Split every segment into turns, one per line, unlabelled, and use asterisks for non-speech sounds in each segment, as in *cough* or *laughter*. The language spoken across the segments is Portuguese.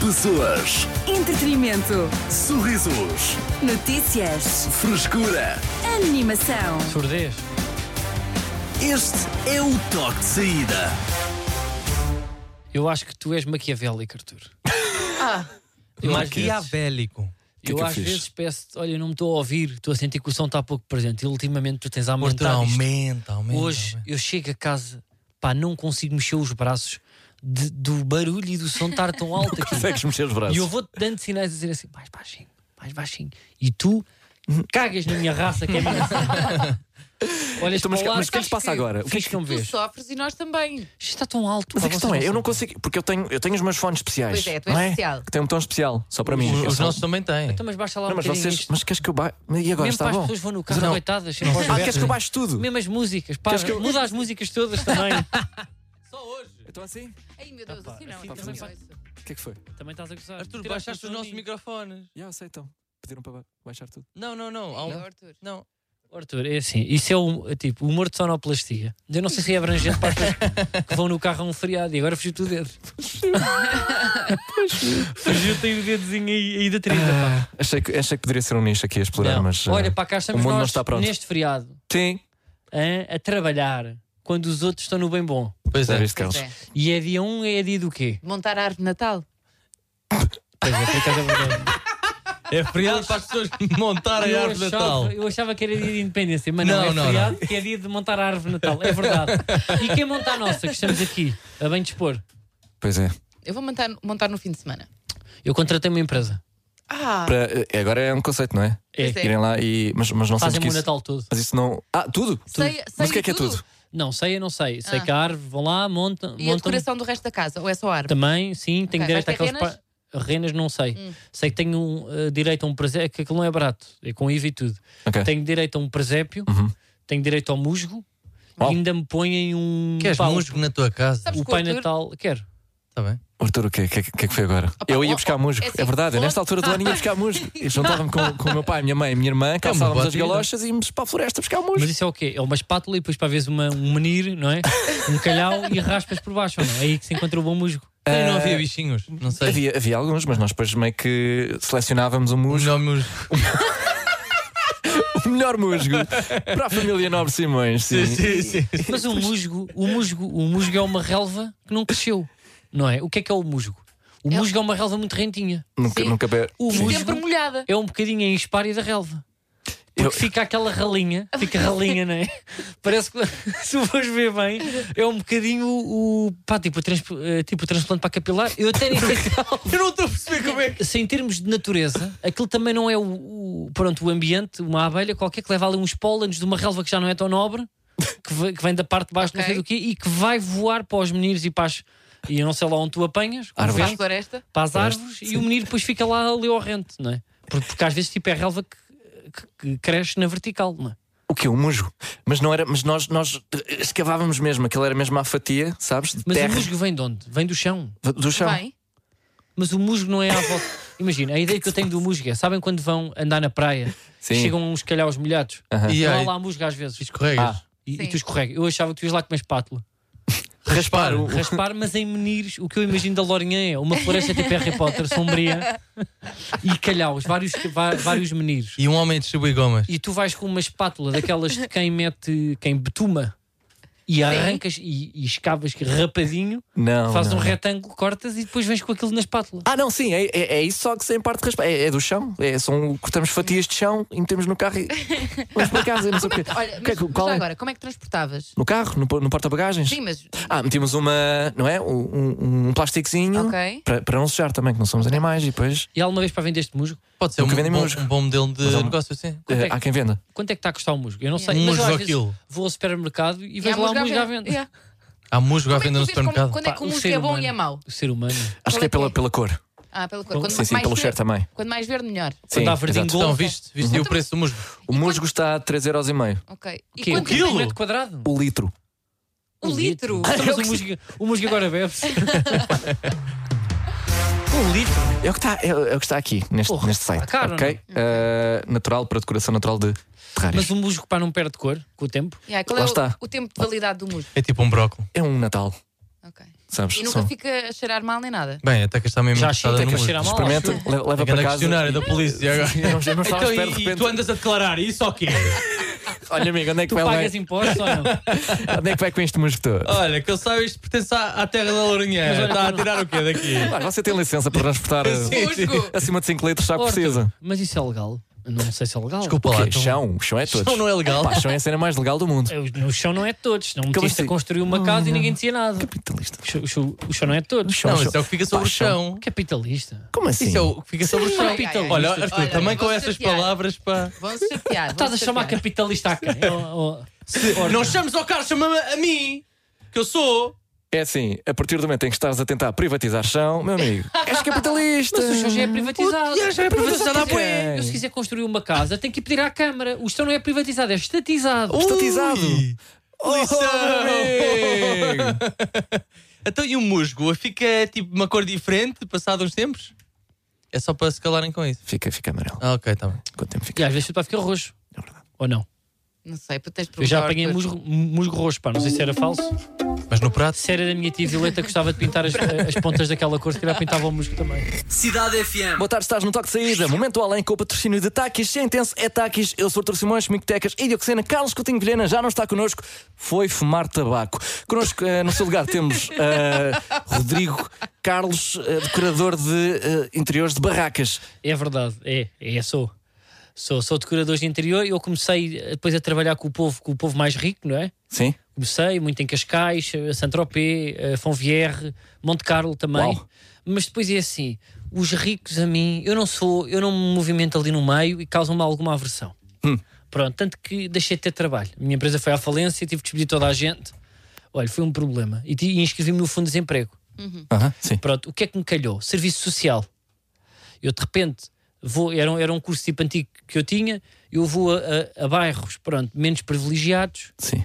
Pessoas,
Entretenimento.
sorrisos,
Notícias.
frescura.
Animação.
Surdez.
Este é o toque de saída.
Eu acho que tu és maquiavélico, Arthur. Ah, eu
é
às vezes,
Maquiavélico.
que é
eu
que eu
às
fiz?
vezes peço, olha, eu não me estou a ouvir, estou a sentir que o som está pouco presente. E ultimamente tu tens a
Arthur,
aumentar isto.
aumenta, aumenta.
Hoje
aumenta.
eu chego a casa, pá, não consigo mexer os braços de- do barulho e do som estar tão alto aqui.
Consegues mexer os braços?
E eu vou-te dando sinais a dizer assim, mais baixinho, mais baixinho. E tu cagas na minha raça que é minha.
*laughs*
Olhas
Então, mas-
para o lado,
mas o que é que se passa
fiz
agora? O que é
Fiz que não me
Tu
vês.
sofres e nós também.
Isto está tão alto.
Mas
pá,
a questão
vocês
é, eu não
sabem.
consigo, porque eu tenho, eu tenho os meus fones especiais.
Pois é, tu és
não é?
especial.
Que tem um botão especial, só para mim.
Os-
Eu
Os
só-
nossos também têm.
Então, mas baixa lá
Não,
um
mas
bocadinho
vocês,
isto.
mas queres que eu baixo? E agora
Mesmo
está
para as
bom?
pessoas vão no carro,
Não.
coitadas, sem
Não.
voz
Ah,
aberta.
queres que eu baixo tudo?
Mesmo as músicas, pá,
Queres que eu-
muda as músicas todas também.
Então assim? Então
Ai meu Deus,
pá,
assim
assim
não.
também
assim
faz-
não.
O que é que foi?
também estás a gozar.
Arthur,
Tira
baixaste os
a
nossos
mim.
microfones.
Já, eu sei então. Pediram para ba- baixar tudo.
Não, não, não. há um-
Não, Arthur.
Não.
Arthur, é assim, isso é um, é tipo humor de sonoplastia. Eu não sei se é abrangente para as
*laughs*
pessoas que vão no carro a um feriado e agora fugiu o dedo. fugiu tem o dedozinho aí, aí da 30. pá.
Achei que, achei que poderia ser um nicho aqui a explorar,
Ah. Não.
Ah, mas.
Olha,
eh,
para cá estamos
o mundo não
nós
está pronto.
neste feriado
Sim,
hã, a trabalhar quando os outros estão no bem bom.
Pois
já
é.
viste, Carlos.
Pois é.
E é dia 1 um, é dia do quê?
Montar a árvore de Natal.
Pois é, por acaso é verdade.
É feriado para as pessoas *laughs* montarem a
Eu
árvore de
achava,
Natal.
eu achava que era dia de independência, mas não,
Não,
é
não,
feriado que é dia de montar a árvore de Natal, é verdade. E quem monta a nossa, que estamos aqui, a bem dispor?
Pois é.
Eu vou montar, montar no fim de semana.
Eu contratei uma empresa.
Ah,
Para- eh, agora é um conceito, não é?
Pois é.
Irem lá e. Mas, mas não sabes
Fazem-me
que
o
isso.
Natal todo.
Mas isso não. Ah, tudo?
Sei-
Mas o que
sei
é que é tudo?
tudo.
Não, sei, eu não sei. Sei
Ah.
que a árvore, vão lá, montam.
e a
montam
decoração do resto da casa? Ou é só a árvore?
Também, sim, tenho
Ok,
direito
vais ter
àqueles.
renas? Hum.
pa- Renas, não sei. Sei que tenho um, eh, direito a um presépio, que aquilo não é barato, é com IVA e tudo.
Ok.
Tenho direito a um presépio,
Uhum.
tenho direito ao musgo, e
Uau.
ainda me põem um.
Queres
pá, o-
musgo na tua casa?
Sabes
O
que
Pai
Arthur-
Natal. Quero.
Está bem.
Arthur, o que, é- que, é- que é que foi agora?
Opa,
eu ia
ó,
buscar
ó,
músico,
é assim,
é verdade. eu
flor-
Nesta altura do ano ia buscar músico. E juntava-me com, com o meu pai, a minha mãe, a minha irmã, calçávamos
boa
as
tira.
galochas e íamos para a floresta buscar músico.
Mas isso é o quê? É uma espátula e depois para veres uma, um menir, não é? Um calhau e raspas por baixo. ou Não? É aí que se encontra o bom musgo.
Aí não havia bichinhos. Não sei.
Havia, havia alguns, mas nós depois meio que selecionávamos o
O
musgo,
Um nome *laughs* os-
o *laughs* melhor musgo, para a família Nobre Simões. Sim,
Mas o musgo, o musgo, o musgo é uma relva que não cresceu, não é? O que é que é o musgo? O
É-
musgo é uma relva muito rentinha.
Nunca,
Sim.
nunca be-
O
Sempre
musgo
molhada.
é um bocadinho em espária da relva. Porque
Eu-
fica aquela ralinha, fica ralinha, não é? Parece que, *laughs* se fores ver bem, é um bocadinho o. pá, tipo, transp- eh, tipo transplante para capilar. Eu até nem sei se-
Eu não estou a perceber como é que.
se em termos de natureza, aquilo também não é o, o- pronto, o ambiente, uma abelha qualquer que leva ali uns pólenes de uma relva que já não é tão nobre, que, ve- que vem da parte de baixo, não
Ok.
sei do quê, e que vai voar para os meninos e para as. E eu não sei lá onde tu apanhas, como
Árvores.
Para a
vês,
floresta.
para as árvores, e o menino depois fica lá ali ao rente, não é? Porque, porque às vezes tipo, é a relva que, que- que cresce na vertical, não é?
O que? O musgo? Mas, não era, mas nós, nós escavávamos mesmo, aquilo era mesmo à fatia, sabes? De
Mas
terra,
o musgo vem de onde? Vem do chão.
do chão.
Bem.
Mas o musgo não é à volta. Imagina, a ideia que eu tenho do musgo é: sabem quando vão andar na praia,
Sim.
chegam uns calhaus molhados?
Aham.
E
Não há
aí,
lá musgo às vezes.
escorregas.
Ah.
E, e
Sim.
tu escorrega. Eu achava que tu ias lá com uma espátula.
Raspar.
o-
Raspar, mas em menires, o que eu imagino da Lorinhã é uma floresta tipo Harry Potter, sombria, e calhaus, vários, va- vários menires.
E um homem distribui gomas.
E tu vais com uma espátula daquelas de quem mete, quem betuma, e arrancas e, e escavas que rapadinho,
Não.
fazes
Oh, não.
um retângulo, cortas e depois vens com aquilo na espátula.
Ah, não, sim, é, é, é isso só que sem parte de raspa. É, é do chão. É, são, cortamos fatias de chão e metemos no
*laughs*
carro e vamos para casa. e Não sei o quê.
Olha,
O que é
mas,
que-
mas
qual
já
é?
agora, como é que transportavas?
No carro, no, po- no porta-bagagens.
Sim, mas.
Ah, metimos uma, não é? Um, um, um plastiquezinho
Ok.
para, para não sujar também, que não somos animais. E depois
E há alguma vez para vender este musgo?
Pode ser um,
Nunca vendem
bom,
musgo.
um bom modelo de
Mas é um-
negócio assim.
Quanto
eh,
é que-
há quem venda.
Quanto é que está a custar o musgo? Eu não sei. mas
Um
eu,
musgo
às vezes,
aquilo.
vou ao supermercado e
E há
vejo lá o
à
musgo à venda.
Yeah.
Há musgo à
Como é que
venda
tu
no
vês como-
supermercado.
Quando é
Pá,
que
o
o musgo
ser
é bom
humano.
e é mau?
O ser humano.
Acho
Qual
que
é
é pela,
que é?
pela cor.
Ah, pela cor. Quando
sim, sim,
mais
pelo cheiro
verde,
também.
quando mais verde, melhor.
Sim,
há verdinho
exato.
gold.
Então, viste? Viste e o preço do musgo?
O musgo está a 3,5€
Ok. E
O quê?
quanto
O quê?
quilo?
Um metro quadrado?
o litro.
O litro. é
Então, *laughs* mas o, musgo, o musgo agora bebe-se. um litro.
É o que está, é, o- é o que está aqui neste,
Porra,
neste site.
tá caro,
ok?
é?
Eh, natural para decoração natural de terrários.
Mas o musgo para não perde cor com o tempo.
Yeah, qual
Lá
é o,
está.
o tempo de validade do musgo?
É tipo um brócolis.
É um Natal.
Ok.
sabes?
E nunca
São.
fica a cheirar mal nem nada.
Bem, até que está mesmo
Já
encostada
achei
no
que
muro.
cheira mal.
Experimenta, le- leva
É que
para
anda
casa. *laughs*
questionário da polícia agora.
Eu não, eu não estava à
Então,
espera, de
e, e
repente.
tu andas a declarar isso ou quê?
Olha, amigo, onde é que vai
Pagas Oh.
levar-
impostos ou não?
onde é que vai com este
*laughs*
mosquito?
*laughs* Olha, que eu saiba, isto pertence à, à terra da Lourinhã. Está a tirar o quê daqui?
Claro, você tem licença para transportar eh,
Sim.
Musgo!
acima de 5 litros, já que
Horta.
precisa.
Mas isso é legal? Não sei se é legal.
Desculpa lá.
Pá,
então-
chão, o chão é todos.
Chão não é legal.
Pá, chão é a cena mais legal do mundo.
É, O o chão não é de todos. Não
Como
metiste a
assim?
construir uma casa e ninguém dizia nada.
Capitalista.
O chão- O chão, o chão não é de todos.
Chão,
Não,
chão.
isso é o que fica sobre
Pá,
o chão.
Capitalista.
Como assim?
Isso é o que fica sobre o chão.
Ai, ai, ai.
Olha, Arthur,
Olha,
também com
vou
essas
chatear.
palavras, pá.
Vão-se chatear.
Estás a
vão-se
chamar
chatear.
capitalista a quem? Oh, oh. Ora,
Não chames ao carro, chama-me a mim. Que eu sou.
É assim, a partir do momento em que estás a tentar privatizar chão, meu amigo,
*laughs*
és capitalista.
Mas o chão já é privatizado.
já é privatizado há
Eu,
bué.
Quem?
eu, se quiser construir uma casa, tenho que pedir à Câmara. O chão não é privatizado, é estatizado.
Uh!
Estatizado.
Ui.
Oh,
*laughs*
meu amigo.
Então, e o musgo? Fica tipo uma cor diferente passado uns tempos? É só para se calarem com isso.
Fica, fica amarelo.
Ah, ok, tá bem.
Quanto tempo fica?
E às vezes vai ficar roxo.
É verdade.
Ou não?
Não sei, tu tens
Eu já
perguntar,
apanhei
Arthur.
musgo, musgo roxo, pá. Não sei se era falso.
Mas no prato?
Se era da minha tia Violeta, gostava de pintar as, as pontas daquela cor, se calhar pintava o musgo também.
Cidade FM.
Boa tarde, estás no Toque de Saída. Momento além com o patrocínio de Takis. Sem intenso é Takis. Eu sou o Artur Simões, Mictecas e Dioxena. Carlos Coutinho Vilhena já não está connosco. Foi fumar tabaco. Connosco, eh, no seu lugar, temos eh, Rodrigo Carlos, eh, decorador de eh, interiores de barracas.
É verdade, é, é, sou. Sou, sou decorador de interior e eu comecei eh, depois a trabalhar com o povo, com o povo mais rico, não é?
Sim?
Comecei muito em Cascais, eh, Saint-Tropez, eh, Fonvierre, Monte Carlo também.
Uau.
Mas depois é assim, os ricos a mim, eu não sou, eu não me movimento ali no meio e causam-me alguma aversão. Pronto, tanto que deixei de ter trabalho. A minha empresa foi à falência, tive que despedir toda a gente. Olha, foi um problema. E, ti- e inscrevi-me no fundo de desemprego.
Aham, sim.
Pronto, o que é que me calhou? Serviço social. Eu de repente vou, era, um- era um curso tipo antigo que eu tinha, eu vou a, a- a bairros pronto, menos privilegiados
Sim.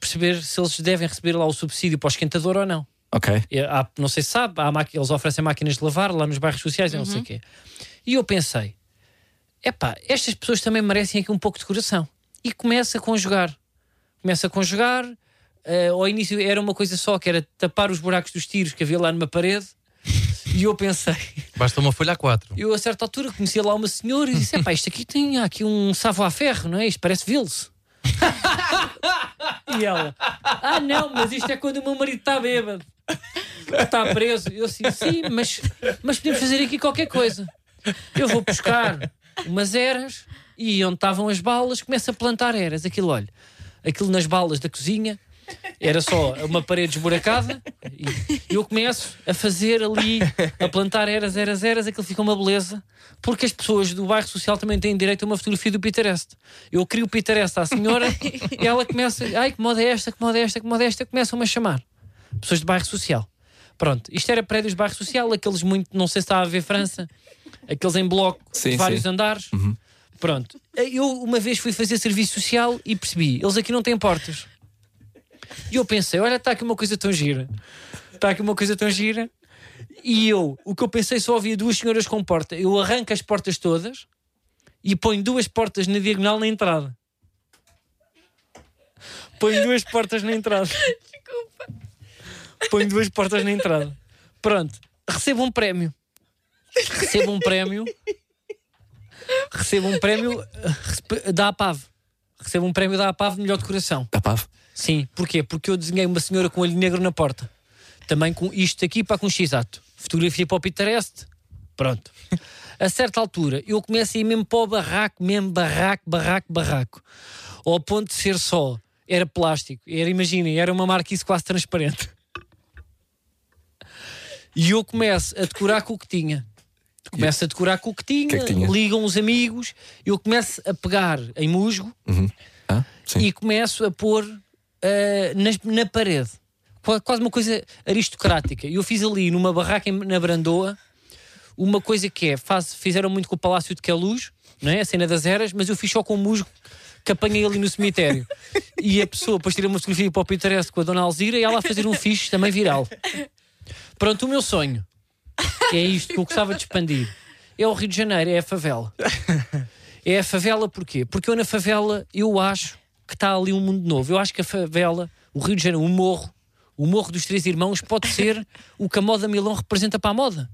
perceber se eles devem receber lá o subsídio para o esquentador ou não.
Ok.
É, há- não sei se sabe, há maqui- eles oferecem máquinas de lavar lá nos bairros sociais, eu não sei o quê. E eu pensei, epá, estas pessoas também merecem aqui um pouco de coração. E começa a conjugar. Começa a conjugar. eh, ao início era uma coisa só, que era tapar os buracos dos tiros que havia lá numa parede. E eu pensei,
Basta uma folha a quatro.
eu a certa altura conheci lá uma senhora e disse: Epá, isto aqui tem há aqui um savoir-faire, não é? Isto parece Vils. *laughs* e ela: Ah, não, mas isto é quando o meu marido está bêbado. Está preso. Eu assim: Sim, mas, mas podemos fazer aqui qualquer coisa. Eu vou buscar umas eras e onde estavam as balas, começo a plantar eras. Aquilo, olha, aquilo nas balas da cozinha. Era só uma parede esburacada e eu começo a fazer ali, a plantar eras, eras, eras, aquilo fica uma beleza, porque as pessoas do bairro social também têm direito a uma fotografia do Pinterest. Eu crio o Pinterest à senhora e ela começa, ai que moda é esta, que moda é esta, que moda é esta, começam-me a chamar. Pessoas de bairro social. Pronto, isto era prédios de bairro social, aqueles muito, não sei se está a ver França, aqueles em bloco,
Sim, Uhum.
de vários
sim.
andares. Pronto, eu uma vez fui fazer serviço social e percebi, eles aqui não têm portas. E eu pensei, olha, está aqui uma coisa tão gira. Está aqui uma coisa tão gira. E eu, o que eu pensei, só havia duas senhoras com porta. Eu arranco as portas todas e ponho duas portas na diagonal na entrada. Ponho duas portas na entrada. Desculpa. Ponho duas portas na entrada. Pronto, recebo um prémio. Recebo um prémio. Recebo um prémio eh, respe- da APAV. Recebo um prémio da APAV de melhor decoração.
Tá pavo?
Sim, porquê? Porque eu desenhei uma senhora com olho negro na porta. Também com isto aqui para com x-ato. Fotografia para o Pinterest. Pronto. A certa altura, eu começo a ir mesmo para o barraco, mesmo barraco, barraco, barraco. Ao ponto de ser só. Era plástico. Era, imaginem, era uma marquise quase transparente. E eu começo a decorar com o que tinha. Começo a decorar com o que tinha,
que é que tinha?
ligam os amigos, eu começo a pegar em musgo,
Ah, sim.
e começo a pôr ah, nas- na parede. Qua- Quase uma coisa aristocrática. E Eu fiz ali, numa barraca em- na Brandoa, uma coisa que é: faz- fizeram muito com o Palácio de Queluz, não é? a cena das eras, mas eu fiz só com o musgo que apanhei ali no cemitério. E a pessoa depois tirou uma fotografia para o Pinterest com a Dona Alzira e ela a fazer um fixe também viral. Pronto, o meu sonho é isto que eu gostava de expandir. É o Rio de Janeiro, é a favela. É a favela porquê? Porque eu na favela eu acho que está ali um mundo novo. Eu acho que a favela, o Rio de Janeiro, o morro, o Morro dos Três Irmãos pode ser o que a moda Milão representa para a moda.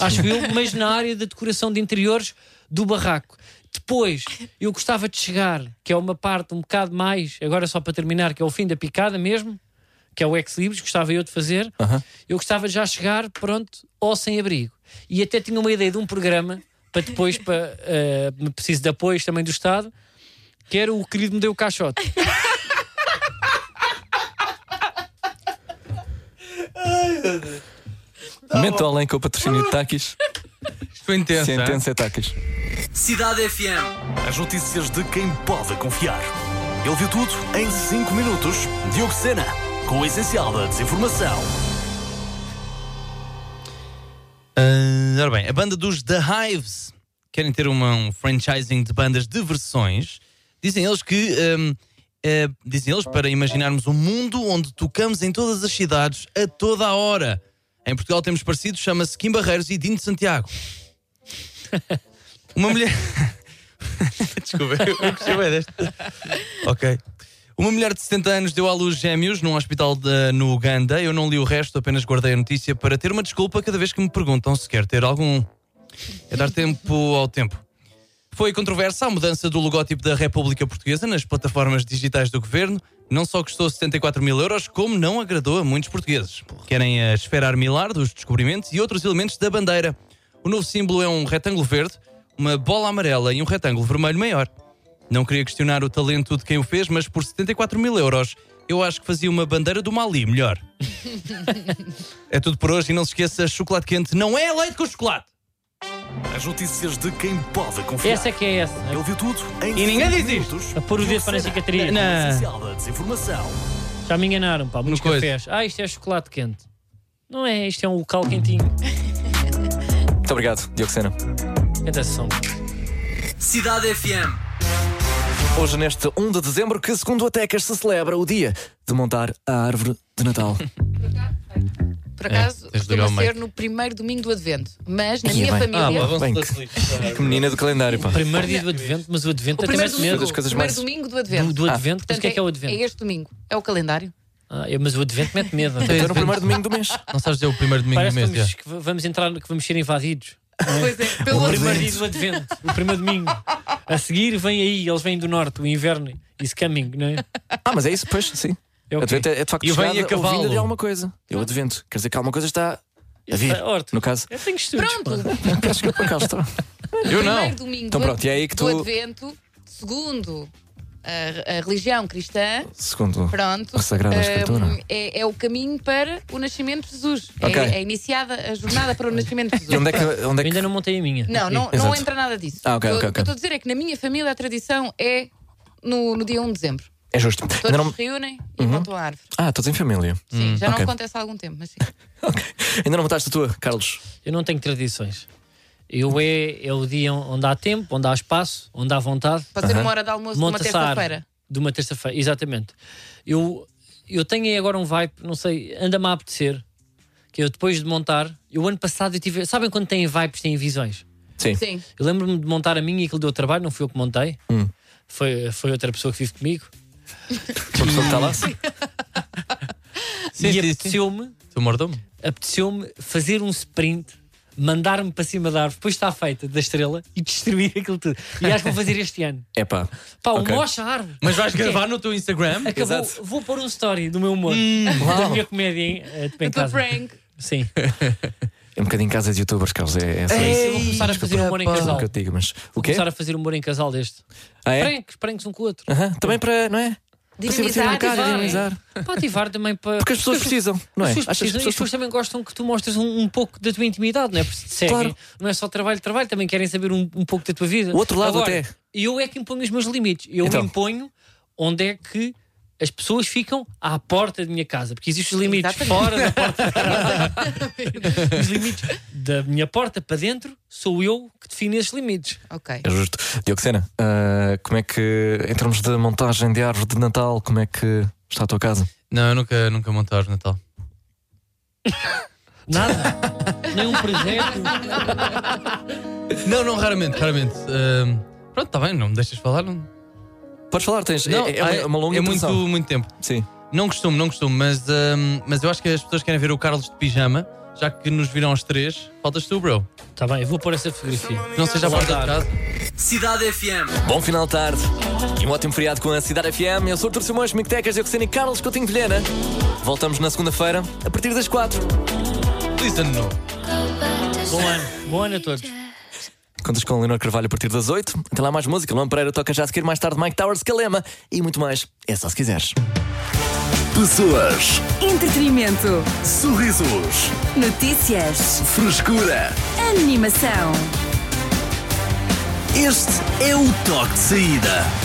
Acho eu, mas na área da decoração de interiores do barraco. Depois, eu gostava de chegar, que é uma parte um bocado mais, agora só para terminar, que é o fim da picada mesmo, que é o ex-libris, gostava eu de fazer.
Aham.
Eu gostava de já chegar, pronto, ou sem abrigo. E até tinha uma ideia de um programa, para depois, para, eh, preciso de apoios também do Estado, que era o querido me deu o caixote.
Momento além com o patrocínio de Takis.
Isto foi intenso. hein?
Sentença é Takis.
Cidade FM.
As notícias de quem pode confiar. Ele viu tudo em 5 minutos. Diogo Sena, com o essencial da desinformação.
Ah, ora bem, a banda dos The Hives querem ter uma- um franchising de bandas de versões. Dizem eles que. ahm, eh, dizem eles para imaginarmos um mundo onde tocamos em todas as cidades a toda a hora. Em Portugal temos parecidos, chama-se Kim Barreiros e Dino de Santiago. Uma mulher. Desculpa, eu eu gostei bem desta. Ok. Uma mulher de 70 anos deu à luz gêmeos num hospital de- no Uganda. Eu não li o resto, apenas guardei a notícia para ter uma desculpa cada vez que me perguntam se quer ter algum. É dar tempo ao tempo. Foi controversa a mudança do logótipo da República Portuguesa nas plataformas digitais do governo. Não só custou 74 mil euros, como não agradou a muitos portugueses. Querem a esfera armilar dos descobrimentos e outros elementos da bandeira. O novo símbolo é um retângulo verde, uma bola amarela e um retângulo vermelho maior. Não queria questionar o talento de quem o fez, mas por 74 mil euros eu acho que fazia uma bandeira do Mali
*laughs*
melhor. é tudo por hoje e não se esqueça: chocolate quente não é leite com chocolate!
As notícias de quem pode confiar.
Essa é que é essa.
Ele viu tudo em
E ninguém
cinco
diz isto.
minutos.
A pôr o dedo
Diogo
para a
Sena,
cicatriz.
com o
Não.
essencial da desinformação.
Já me enganaram, pá, muitos
No coisa.
cafés. Ah, isto é chocolate quente. Não é, isto é um local quentinho.
Muito obrigado, Diogo Sena.
Canta sessão.
Cidade FM.
Hoje, neste 1 de dezembro, que segundo a Tecas se celebra o dia de montar a árvore de Natal.
Por acaso,
É, tens de ligar
costuma
o mic.
ser no primeiro domingo do Advento. Mas na
Ia
minha
bem.
família.
Ah,
Ah,
é Bem, Então, que- que menina do calendário, pá.
Primeiro dia do advento, mas o advento
o
até
primeiro
mete
domingo,
medo.
das coisas
primeiro
mais-
domingo do Advento.
Do, do advento, mas
Portanto,
o que é que é o advento?
É este domingo. É o calendário.
Ah, é, mas o advento mete
*laughs*
medo.
Então, no primeiro domingo um do mês.
Não sabes dizer o primeiro domingo do
Parece que
mês, é? já.
vamos, que v- vamos entrar, que vamos ser invadidos.
*laughs* Pois é, pelo
O
outro.
primeiro dia do advento, o primeiro domingo. A seguir vem aí, eles vêm do norte, o inverno. Isso coming, não é?
Ah, mas é isso, pois, sim.
É o quê?
Advento é, é de facto
E vem
chegada
a
ou
cavalo.
vinda de alguma coisa. Eu advento. Quer dizer que alguma coisa está a é vir.
Ah, Horto,
No caso,
eu tenho estudos.
Pronto,
pá.
acho que
é
eu por acaso estou.
Eu não.
primeiro domingo
Então
do-
pronto, e é aí que
do
tu-
Advento, segundo a, a religião cristã,
*laughs* Segundo.
pronto,
A Sagrada
hum,
Escritura.
é, é o caminho para o nascimento de Jesus. É-
Ok.
É, iniciada a
*laughs*
jornada para o nascimento de
E
Jesus.
onde é que. Onde é
Eu ainda
que...
não montei a minha.
Não, não, não
Exato.
entra nada disso.
Ah, ok,
Eu-
ok, ok.
O que eu estou a dizer é que na minha família a tradição é no, no dia 1 de dezembro.
É justo.
Todos
Ainda
se
não...
reúnem e montam a árvore.
Ah, todos em família.
Hum.
Sim, já
ok.
não acontece há algum tempo, mas sim.
Ok. Ainda não votaste a tua, Carlos.
Eu não tenho tradições. Eu é, é o dia onde há tempo, onde há espaço, onde há vontade.
Pode ser uma hora de almoço de uma
Monta-se a árvore.
terça-feira.
De uma terça-feira, exatamente. Eu, eu tenho aí agora um vibe, não sei, anda-me a apetecer, que eu depois de montar, eu ano passado eu tive. Sabem quando têm vibes, têm visões?
Sim.
Sim.
Eu lembro-me de montar a minha e aquilo deu trabalho, não fui eu que montei,
Hum.
foi, foi outra pessoa que vive comigo.
*laughs* Uma pessoa que está lá. *laughs*
Sim,
e
sim, sim.
apeteceu-me
Tu mordou-me?
apeteceu-me fazer um sprint, mandar-me para cima da árvore, depois está feita da estrela e destruir aquilo tudo. E acho que vou fazer este ano.
É pá.
Pá, um
Ok.
o mocha à árvore.
Mas vais
O quê?
gravar no teu Instagram?
Acabou,
Exato. Hum.
vou pôr um story do meu humor, da minha comédia, hein? Eh, de bem
Do
casa.
prank.
Sim,
É um bocadinho casa de youtubers, Carlos. É, é só
Ei,
isso.
eu vou começar a fazer humor em
Desculpa
casal.
o que eu te digo, mas. O
Vou
quê?
começar a fazer humor em casal deste.
Ah, é?
Pranks, pranks um com o outro.
Aham. Também para, não é? Para se divertir um bocado,
Dinamizar, exato.
dinamizar.
Para ativar também para.
Porque as pessoas precisam, não é?
As pessoas,
Acho que as
precisam, e as
pessoas
pessoas também gostam que tu mostres um, um pouco da tua intimidade, não é? Porque se te seguem,
Claro.
não é só trabalho, trabalho, também querem saber um, um pouco da tua vida.
O outro lado
Agora,
até.
Eu é que imponho os meus limites. Eu
Então.
imponho onde é que as pessoas ficam à porta da minha casa, porque existem os limites
Exatamente.
fora da porta da casa. os limites da minha porta para dentro, sou eu que defino esses limites.
Ok.
É justo. Diocena, como é que, em termos de montagem de árvore de Natal, como é que está a tua casa?
Não, eu nunca, nunca montei árvore de Natal.
Nada. Nem um projeto.
Não, não, raramente, raramente. Ahm, pronto, está bem, não me deixas falar. Não,
Podes falar, tens.
Não,
é, é uma-
ah,
uma longa
é muito,
introdução.
muito tempo.
Sim.
Não costumo, não costumo, mas, hum, mas eu acho que as pessoas querem ver o Carlos de pijama, já que nos viram aos três. Faltas tu, bro.
Tá bem, eu vou pôr essa fotografia.
Não seja à
Vou
porta de
lá dar.
casa.
Cidade FM.
Bom final de tarde e um ótimo feriado com a Cidade FM. Eu sou o Turcio Simões, Mictecas, Eucena e Carlos Coutinho Vilhena. Voltamos na segunda-feira, a partir das quatro.
Feliz ano novo.
Bom ano, bom ano a todos.
Contas com Leonor Carvalho a partir das 8. Até lá mais música. Luan Pereira toca já a seguir mais tarde Mike Towers, Calema e muito mais. É só se quiseres.
Pessoas,
Entretenimento.
sorrisos,
Notícias.
frescura.
Animação.
Este é o toque de saída.